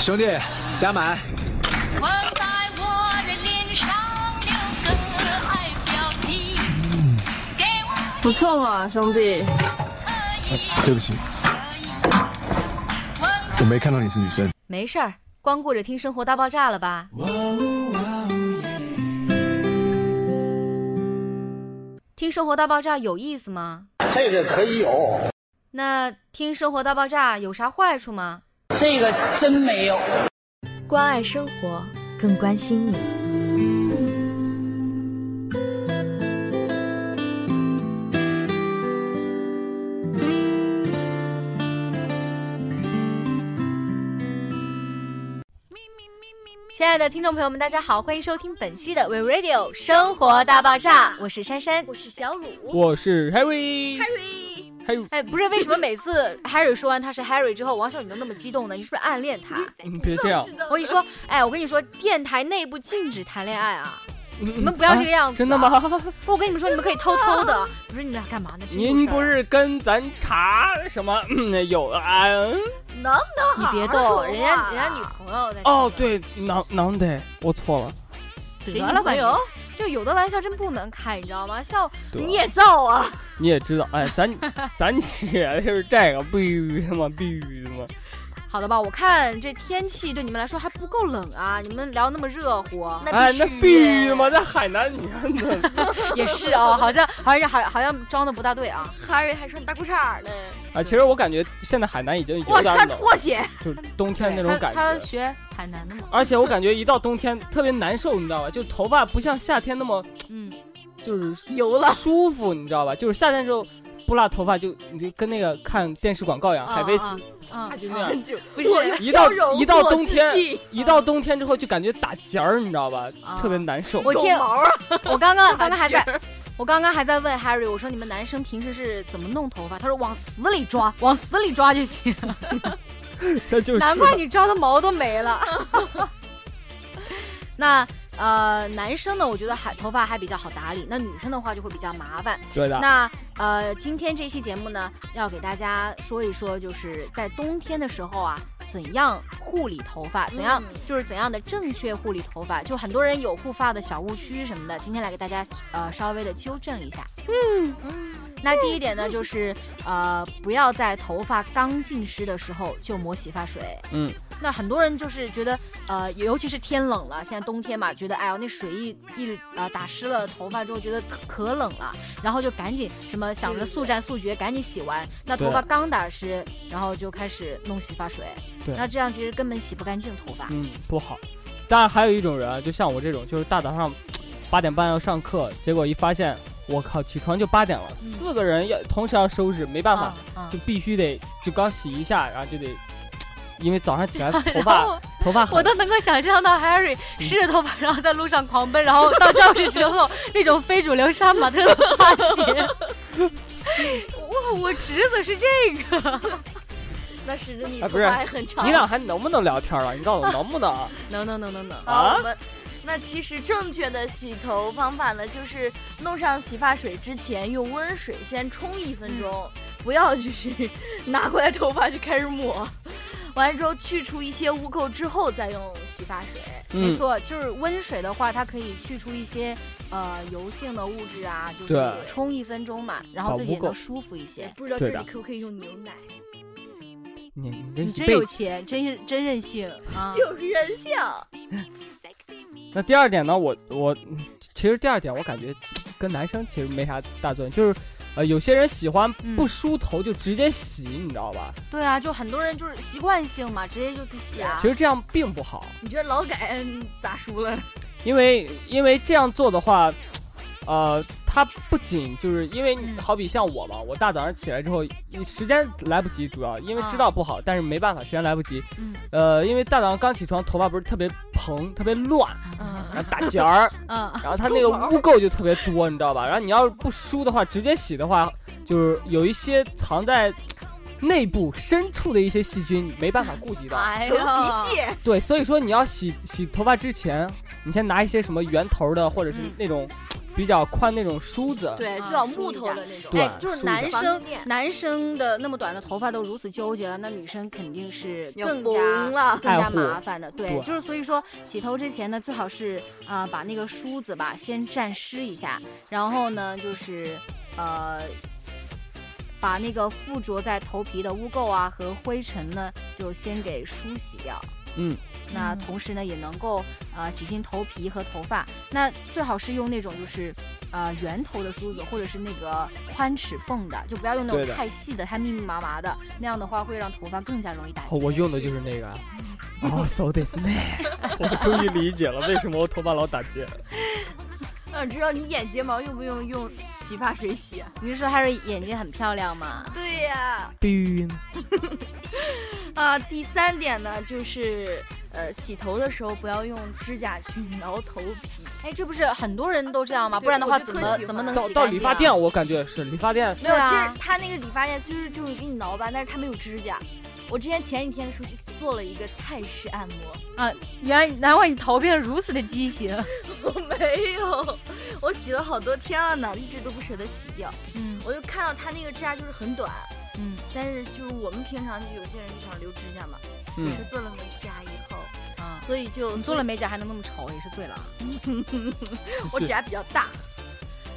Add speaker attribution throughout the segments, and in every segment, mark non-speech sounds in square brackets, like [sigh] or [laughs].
Speaker 1: 兄弟，加满。
Speaker 2: 我在我的脸上留个爱标记，给我
Speaker 3: 不错嘛，兄弟。
Speaker 2: 可以
Speaker 4: 对不起，
Speaker 2: 可以。我
Speaker 4: 我没看到你是女生。
Speaker 5: 没事儿，光顾着听《生活大爆炸》了吧？听《生活大爆炸》有意思吗？
Speaker 6: 这个可以有，
Speaker 5: 那听《生活大爆炸》有啥坏处吗？
Speaker 7: 这个真没有。
Speaker 8: 关爱生活，更关心你。
Speaker 5: 亲爱的听众朋友们，大家好，欢迎收听本期的 We Radio 生活大爆炸，我是珊珊，我是小鲁。
Speaker 9: 我是 Harry。Harry，Harry，
Speaker 5: 哎，不是为什么每次 Harry 说完他是 Harry 之后，王小雨都那么激动呢？你是不是暗恋他？
Speaker 9: 你别这样，
Speaker 5: 我跟你说，哎，我跟你说，电台内部禁止谈恋爱啊！你们不要这个样子、
Speaker 9: 啊真的？吗？
Speaker 5: 不，我跟你们说，你们可以偷偷的。不是你们俩干嘛呢？真
Speaker 9: 您
Speaker 5: 事儿
Speaker 9: 不是跟咱查什么嗯有啊？嗯
Speaker 8: 能不能
Speaker 5: 你
Speaker 8: 好好
Speaker 5: 别啊
Speaker 8: 说
Speaker 5: 逗，
Speaker 8: 话
Speaker 5: 人家人家女朋友在
Speaker 9: 哦，对，囊囊得，我错了。
Speaker 8: 谁
Speaker 5: 得了吧
Speaker 8: 女朋友
Speaker 5: 你，就有的玩笑真不能开，你知道吗？像
Speaker 9: 对
Speaker 8: 你也造啊？
Speaker 9: 你也知道，哎，咱 [laughs] 咱姐就是这个必须的嘛，必须的嘛。
Speaker 5: 好的吧，我看这天气对你们来说还不够冷啊，你们聊那么热乎，
Speaker 9: 哎，那必须的嘛，在海南你看那
Speaker 5: [laughs] 也 [laughs] 是哦，好像好像好好像装的不大对啊。
Speaker 8: Harry 还穿大裤衩呢，
Speaker 5: 嗯
Speaker 9: 啊，其实我感觉现在海南已经有
Speaker 8: 我
Speaker 9: 点
Speaker 8: 穿
Speaker 9: 冷，
Speaker 8: 拖鞋。
Speaker 9: 就是冬天那种
Speaker 5: 对
Speaker 9: 感
Speaker 5: 他他
Speaker 9: 觉。
Speaker 5: 学海南的嘛，
Speaker 9: 而且我感觉一到冬天特别难受，你知道吧？就是头发不像夏天那么
Speaker 5: 嗯，
Speaker 9: 就是油了，舒服，你知道吧？就是夏天的时候不拉头发就你就跟那个看电视广告一样，海飞丝
Speaker 5: 啊啊
Speaker 9: 就那样。
Speaker 5: 不是
Speaker 9: 一到
Speaker 8: 飘柔
Speaker 9: 一到
Speaker 8: 若
Speaker 9: 冬
Speaker 8: 自
Speaker 9: 天
Speaker 8: 信，
Speaker 9: 一到冬天之后就感觉打结儿，你知道吧
Speaker 5: 嗯啊？
Speaker 9: [laughs] 特别难受。
Speaker 5: 我听
Speaker 8: 有毛啊！
Speaker 5: [laughs] 我刚刚刚刚还在，我刚刚还在问 Harry，我说你们男生平时是怎么弄头发？他说往死里抓，往死里抓就行。
Speaker 9: 那 [laughs] 就是
Speaker 5: 难怪你抓的毛都没
Speaker 8: [laughs]
Speaker 5: 了。那呃，男生呢，我觉得还头发还比较好打理，那女生的话就会比较麻烦。
Speaker 9: [laughs] 对的。
Speaker 5: 那呃，今天这期节目呢，要给大家说一说，就是在冬天的时候啊，怎样护理头发，怎样、就是怎样的正确护理头发。就很多人有护发的小误区什么的，今天来给大家呃稍微的纠正一下。嗯。那第一点呢，就是呃，不要在头发刚浸湿的时候就抹洗发水。
Speaker 9: 嗯，
Speaker 5: 那很多人就是觉得，呃，尤其是天冷了，现在冬天嘛，觉得哎呦那水一一呃打湿了头发之后，觉得可冷了，然后就赶紧什么想着速战速决，赶紧洗完。那头发
Speaker 9: 对
Speaker 5: 刚打湿，然后就开始弄洗发水。
Speaker 9: 对
Speaker 5: 那这样其实根本洗不干净头发。
Speaker 9: 嗯，不好。当然还有一种人啊，就像我这种，就是大早上八点半要上课，结果一发现，我靠，起床就八点了，四个人要同时要收拾，没办法，
Speaker 5: 嗯
Speaker 9: 就必须得就刚洗一下，然后就得，因为早
Speaker 5: [laughs]
Speaker 9: 上起来头发头发很
Speaker 5: 我都能够想象到 Harry 湿着头发，然后在路上狂奔，然后到教室之后那种非主流杀马特的发型。我我侄子是这个，
Speaker 8: [laughs] 那使得你
Speaker 9: 啊
Speaker 8: 头
Speaker 9: 不是
Speaker 8: 发还很长。
Speaker 9: 你俩还能不能聊天了？你告诉我能不能啊？
Speaker 5: [laughs] 能能能能能。
Speaker 9: 啊
Speaker 8: 好，我们那其实正确的洗头方法呢，就是弄上洗发水之前用温水先冲一分钟，
Speaker 5: 嗯
Speaker 8: 不要就是 [laughs] 拿过来头发就开始抹，完了之后去除一些污垢之后再用洗发水。
Speaker 5: 没
Speaker 9: 嗯，
Speaker 5: 错，就是温水的话，它可以去除一些呃油性的物质啊，就是
Speaker 9: 对
Speaker 5: 冲一分钟嘛，然后
Speaker 9: 搞
Speaker 5: 自己也
Speaker 9: 不够
Speaker 5: 能舒服一些。
Speaker 8: 不知道这
Speaker 9: 对
Speaker 8: 里
Speaker 9: 的
Speaker 8: 可不可以用牛奶？
Speaker 9: 你你
Speaker 5: 你
Speaker 9: 真是
Speaker 5: 真
Speaker 9: 被
Speaker 5: 有钱，真是真任性啊！
Speaker 8: 就是人像，
Speaker 9: 那第二点呢？我我嗯其实第二点我感觉跟男生其实没啥大作用，就是呃有些人喜欢
Speaker 5: 嗯
Speaker 9: 不梳头就直接洗，你知道吧？
Speaker 5: 对啊，就很多人就是习惯性嘛，直接就去洗啊
Speaker 9: 其。实这样并不好，
Speaker 8: 你觉得劳改嗯咋输了？
Speaker 9: 因为因为这样做的话，呃，它不仅就是因为
Speaker 5: 嗯
Speaker 9: 好比像我嘛，我大早上起来之后时间来不及，主要因为知道不好，但是没办法，时间来不及。
Speaker 5: 啊嗯
Speaker 9: 呃，因为大早上刚起床，头发不是特别蓬，特别乱，
Speaker 5: 嗯
Speaker 9: 然后打结儿，
Speaker 5: 嗯，
Speaker 9: 然后它那个污垢就特别多，你知道吧？然后你要是不梳的话，直接洗的话，就是有一些藏在内部深处的一些细菌没办法顾及到。
Speaker 5: 哎
Speaker 8: 头
Speaker 5: 呦，
Speaker 8: 皮屑，
Speaker 9: 对，所以说你要洗洗头发之前，你先拿一些什么圆头的，或者是那种比较宽那种梳子，
Speaker 8: 对，
Speaker 5: 啊
Speaker 8: 就要
Speaker 5: 梳
Speaker 8: 木
Speaker 5: 一
Speaker 8: 头
Speaker 5: 下
Speaker 8: 的那种。
Speaker 9: 对
Speaker 5: 哎，就是
Speaker 9: 梳
Speaker 5: 男
Speaker 8: 着
Speaker 5: 生
Speaker 8: 方便
Speaker 5: 男生的那么短的头发都如此纠结了，那女生肯定是
Speaker 8: 要
Speaker 5: 更
Speaker 8: 疯
Speaker 5: 加
Speaker 8: 了
Speaker 5: 更加
Speaker 9: 爱护
Speaker 5: 麻烦的。对，
Speaker 9: 对
Speaker 5: 就是所以说洗头之前呢，最好是啊、把那个梳子吧先蘸湿一下，然后呢就是呃把那个附着在头皮的污垢啊和灰尘呢就先给梳洗掉。
Speaker 9: 嗯，
Speaker 5: 那同时呢也能够呃洗净头皮和头发。那最好是用那种就是呃圆头的梳子，或者是那个宽齿缝的，就不要用那
Speaker 9: 对
Speaker 5: 种
Speaker 9: 的
Speaker 5: 太细的、太密密麻麻的，那样的话会让头发更加容易打
Speaker 9: 哦
Speaker 5: 结。
Speaker 9: 我用的就是那个。哦、s o this man，我终于理解了为什么我头发老打结。
Speaker 8: 想嗯知道你眼睫毛用不用用洗发水洗啊？
Speaker 5: 你是说还是眼睛很漂亮吗？
Speaker 8: 对呀、
Speaker 9: 避孕
Speaker 8: [laughs] 啊，第三点呢，就是呃，洗头的时候不要用指甲去挠头皮。
Speaker 5: 哎，这不是很多人都这样吗？
Speaker 8: 对
Speaker 5: 不然的话
Speaker 8: 我就
Speaker 5: 怎
Speaker 8: 特
Speaker 5: 么
Speaker 8: 喜欢
Speaker 5: 怎么能
Speaker 9: 到
Speaker 5: 洗
Speaker 9: 到
Speaker 5: 干
Speaker 9: 理
Speaker 5: 净
Speaker 9: 发
Speaker 5: 啊？
Speaker 9: 店，我感觉是理发店
Speaker 8: 没有，
Speaker 5: 对
Speaker 8: 就
Speaker 5: 啊
Speaker 8: 是他那个理发店就是就是给你挠吧，但是他没有指甲。我之前前几天的时候去做了一个泰式按摩，
Speaker 5: 啊，原来难怪你头变得如此的畸形。
Speaker 8: [laughs] 我没有，我洗了好多天了呢，一直都不舍得洗掉。
Speaker 5: 嗯
Speaker 8: 我就看到他那个指甲就是很短，
Speaker 5: 嗯
Speaker 8: 但是就是我们平常就有些人就想留指甲嘛，
Speaker 9: 嗯
Speaker 8: 我是做了美甲以后，
Speaker 5: 啊，
Speaker 8: 所以就
Speaker 5: 你做了美甲还能那么丑，也是醉了。啊
Speaker 8: 我
Speaker 9: 是
Speaker 8: 指甲比较大，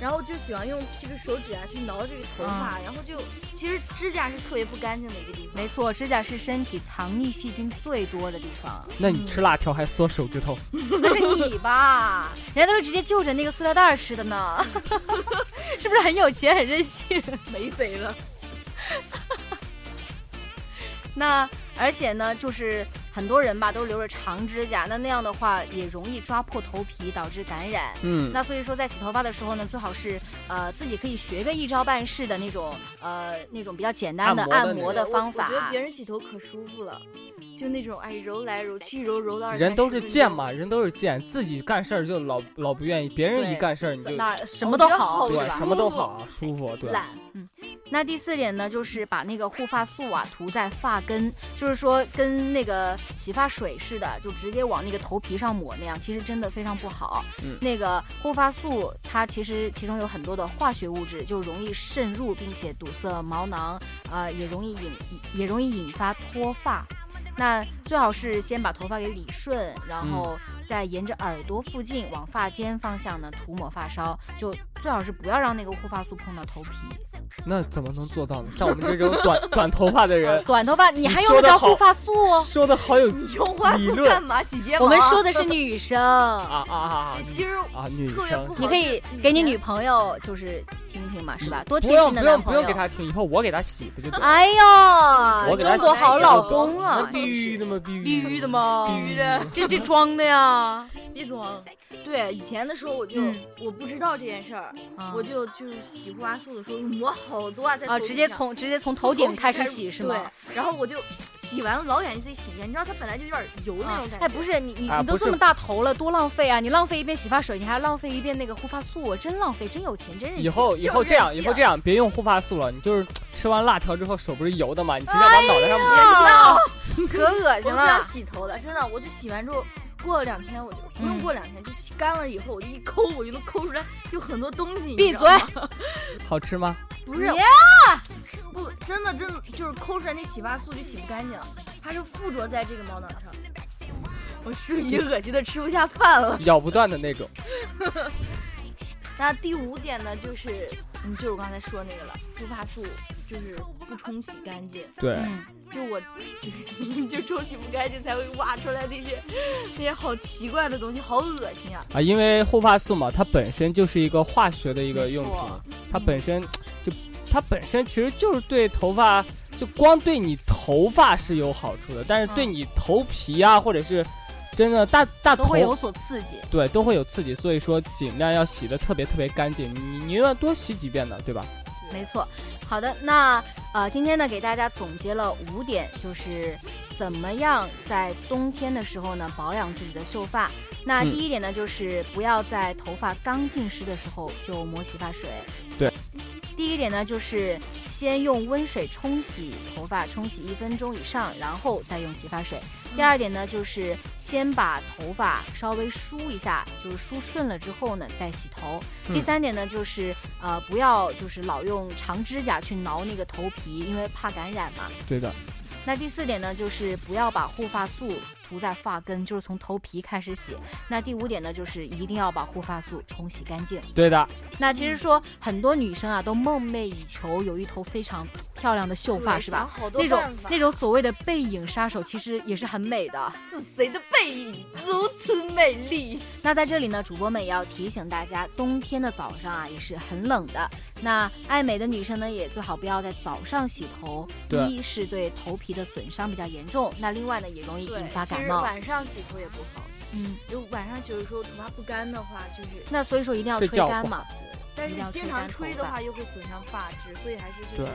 Speaker 8: 然后就喜欢用这个手指啊去挠这个头
Speaker 9: 嗯
Speaker 8: 发，然后就其实指甲是特别不干净的一个地方
Speaker 5: 没。错，指甲是身体藏匿细菌最多的地方。
Speaker 9: 那你吃辣条还缩手指头，
Speaker 5: 那是你吧？人家都是直接就着那个塑料袋儿吃的呢， [laughs] 是不是很有钱很任性？
Speaker 8: 嗯 [laughs] 没谁了，
Speaker 5: [laughs] 那而且呢，就是很多人吧都留着长指甲，那那样的话也容易抓破头皮，导致感染。
Speaker 9: 嗯，
Speaker 5: 那所以说，在洗头发的时候呢，最好是呃自己可以学个一招半式的那种呃那种比较简单的
Speaker 9: 按摩的
Speaker 5: 按摩
Speaker 9: 我
Speaker 5: 的
Speaker 8: 我
Speaker 5: 方法。
Speaker 8: 我觉得别人洗头可舒服了，就那种哎揉来揉去，揉揉到
Speaker 9: 人都是贱，嘛，人都是贱，自己干事儿就老老不愿意，别人一
Speaker 5: 对
Speaker 9: 干事儿你就
Speaker 5: 那什么都好，
Speaker 8: 我觉得
Speaker 5: 是
Speaker 9: 对
Speaker 8: 好
Speaker 5: 吧？
Speaker 9: 什么都好，舒服，对，
Speaker 8: 懒，
Speaker 5: 那第四点呢，就是把那个护发素啊涂在发根，就是说跟那个洗发水似的，就直接往那个头皮上抹那样，其实真的非常不好。
Speaker 9: 嗯
Speaker 5: 那个护发素它其实其中有很多的化学物质，就容易渗入并且堵塞毛囊，呃，也容易引也容易引发脱发。那最好是先把头发给理顺，然后再沿着耳朵附近往发尖方向呢涂抹发梢，就最好是不要让那个护发素碰到头皮。
Speaker 9: 那怎么能做到呢？像我们这种短短头发的人，
Speaker 5: [laughs] 短头发你还用
Speaker 9: 说
Speaker 5: 得
Speaker 9: 得
Speaker 5: 着
Speaker 9: 好
Speaker 5: 护发素？哦
Speaker 9: 说的好有
Speaker 8: 你用花
Speaker 9: 理
Speaker 8: 素
Speaker 9: 论
Speaker 8: 干嘛洗睫毛啊？
Speaker 5: 我们说的是女生，
Speaker 9: 啊啊啊啊
Speaker 8: 对，！其实
Speaker 9: 啊，女
Speaker 8: 特别不好
Speaker 9: 生
Speaker 5: [laughs] 你可以给你女朋友就是听听嘛，是吧？多
Speaker 9: 不
Speaker 5: 贴心
Speaker 9: 用
Speaker 5: 的
Speaker 9: 不
Speaker 5: 男
Speaker 9: 用不
Speaker 5: 朋
Speaker 9: 用给
Speaker 5: 友。
Speaker 9: 她听，以后我给她洗不就得了？
Speaker 5: 哎呦，
Speaker 9: 我给她
Speaker 5: 中
Speaker 9: 洗
Speaker 5: 国好老公啊
Speaker 9: 那！必须的嘛，必须
Speaker 5: 必须的吗？
Speaker 9: 必须的。
Speaker 5: 这这装的呀，
Speaker 8: 别装。对，以前的时候我就、
Speaker 5: 嗯
Speaker 8: 我不知道这件事儿，我就就是洗护发素的时候抹好多啊，在
Speaker 5: 啊，
Speaker 8: 头
Speaker 5: 直
Speaker 8: 皮
Speaker 5: 接
Speaker 8: 上
Speaker 5: 从直接从头顶开始洗是吗？啊
Speaker 8: 对，然后我就洗完了，老远自己洗一遍，你知道它本来就有点油那
Speaker 5: 啊
Speaker 8: 种感觉。
Speaker 5: 哎，不是你你
Speaker 9: 啊
Speaker 5: 你都
Speaker 9: 不是
Speaker 5: 这么大头了，多浪费啊！你浪费一遍洗发水，你还浪费一遍那个护发素，真浪费，真有钱，真任性。
Speaker 9: 以后以后
Speaker 8: 就
Speaker 9: 这样，
Speaker 8: 任性
Speaker 9: 以后这样，别用护发素了，你就是吃完辣条之后手不是油的嘛，你直接往脑袋上抹。
Speaker 5: 啊可恶
Speaker 8: 我
Speaker 5: 心
Speaker 8: 都不想
Speaker 5: 了。
Speaker 8: 洗头了，真的，我就洗完之后，过了两天我就不用
Speaker 5: 嗯
Speaker 8: 过两天，就洗干了以后，我就一抠，我就能抠出来就很多东西。你
Speaker 5: 闭
Speaker 8: 知道吗
Speaker 9: 好吃吗？
Speaker 8: 不是
Speaker 5: 呀，
Speaker 8: 啊不，真的真的就是抠出来那洗发素就洗不干净，它是附着在这个毛囊上。我瞬间恶心的吃不下饭了。
Speaker 9: 咬不断的那种。
Speaker 8: 那第五点呢，就是嗯，就是我刚才说那个了，护发素就是不冲洗干净，
Speaker 9: 对，
Speaker 5: 嗯，
Speaker 8: 就我 [laughs] 就是就冲洗不干净才会挖出来那些那些好奇怪的东西，好恶心啊！
Speaker 9: 啊，因为护发素嘛，它本身就是一个化学的一个用品
Speaker 5: 没错，
Speaker 9: 它本身就它本身其实就是对头发，就光对你头发是有好处的，但是对
Speaker 5: 嗯
Speaker 9: 你头皮啊，或者是真的大大
Speaker 5: 都会有
Speaker 9: 头。
Speaker 5: 所刺激。
Speaker 9: 对，都会有刺激，所以说尽量要洗的特别特别干净，你宁愿多洗几遍呢，对吧？
Speaker 5: 没错。好的，那呃，今天呢给大家总结了五点，就是怎么样在冬天的时候呢保养自己的秀发。那
Speaker 9: 嗯
Speaker 5: 第一点呢，就是不要在头发刚浸湿的时候就抹洗发水。
Speaker 9: 对。
Speaker 5: 第一点呢，就是先用温水冲洗头发，冲洗一分钟以上，然后再用洗发水。
Speaker 9: 嗯
Speaker 5: 第二点呢，就是先把头发稍微梳一下，就是梳顺了之后呢，再洗头。第
Speaker 9: 嗯
Speaker 5: 三点呢，就是呃，不要就是老用长指甲去挠那个头皮，因为怕感染嘛。
Speaker 9: 对的，
Speaker 5: 那第四点呢，就是不要把护发素涂在发根，就是从头皮开始洗。那第五点呢，就是一定要把护发素冲洗干净。
Speaker 9: 对的，
Speaker 5: 那其实说很多女生啊都梦寐以求有一头非常漂亮的秀发，
Speaker 8: 对
Speaker 5: 是吧
Speaker 8: 想？好多
Speaker 5: 那种
Speaker 8: 办法
Speaker 5: 那种所谓的背影杀手，其实也是很美的。
Speaker 8: 是谁的背影如此美丽？
Speaker 5: 那在这里呢，主播们也要提醒大家，冬天的早上啊也是很冷的。那爱美的女生呢，也最好不要在早上洗头，
Speaker 9: 对
Speaker 5: 一是对头皮的损伤比较严重，那另外呢也容易
Speaker 8: 对
Speaker 5: 引，发
Speaker 8: 其
Speaker 5: 感
Speaker 8: 实
Speaker 5: 冒。
Speaker 8: 晚上洗头也不好，
Speaker 5: 嗯，
Speaker 8: 就晚上有时候头发不干的话，就是，
Speaker 5: 那所以说一定要
Speaker 9: 睡
Speaker 5: 吹
Speaker 9: 觉
Speaker 5: 干
Speaker 9: 不
Speaker 5: 嘛。
Speaker 8: 但
Speaker 5: 一定要
Speaker 8: 是经
Speaker 5: 吹
Speaker 8: 常
Speaker 5: 干
Speaker 8: 吹
Speaker 5: 头
Speaker 8: 的
Speaker 5: 发
Speaker 8: 话又会损伤发质，所以还是就是
Speaker 9: 对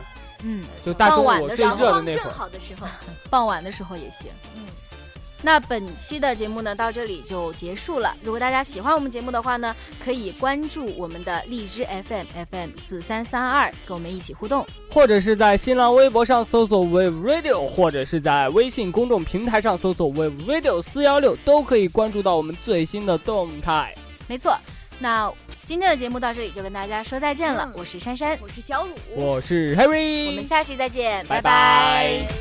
Speaker 5: 嗯，
Speaker 9: 就大中
Speaker 5: 傍
Speaker 9: 午
Speaker 5: 晚
Speaker 9: 我
Speaker 5: 的
Speaker 9: 最
Speaker 5: 时候
Speaker 9: 热的
Speaker 8: 光
Speaker 9: 那会
Speaker 8: 正
Speaker 9: 儿，
Speaker 8: 好的时
Speaker 5: [laughs]
Speaker 8: 候，
Speaker 5: 傍晚的时候也行。
Speaker 8: 嗯。
Speaker 5: 那本期的节目呢，到这里就结束了。如果大家喜欢我们节目的话呢，可以关注我们的荔枝 FM FM 四三三二，跟我们一起互动。
Speaker 9: 或者是在新浪微博上搜索 Wave Radio，或者是在微信公众平台上搜索 Wave Radio 四幺六，都可以关注到我们最新的动态。
Speaker 5: 没错，那今天的节目到这里就跟大家说再见了。
Speaker 8: 嗯
Speaker 5: 我是珊珊，
Speaker 8: 我是小鲁，
Speaker 9: 我是 Harry，
Speaker 5: 我们下期再见，
Speaker 9: 嗯
Speaker 5: 拜拜
Speaker 9: 拜拜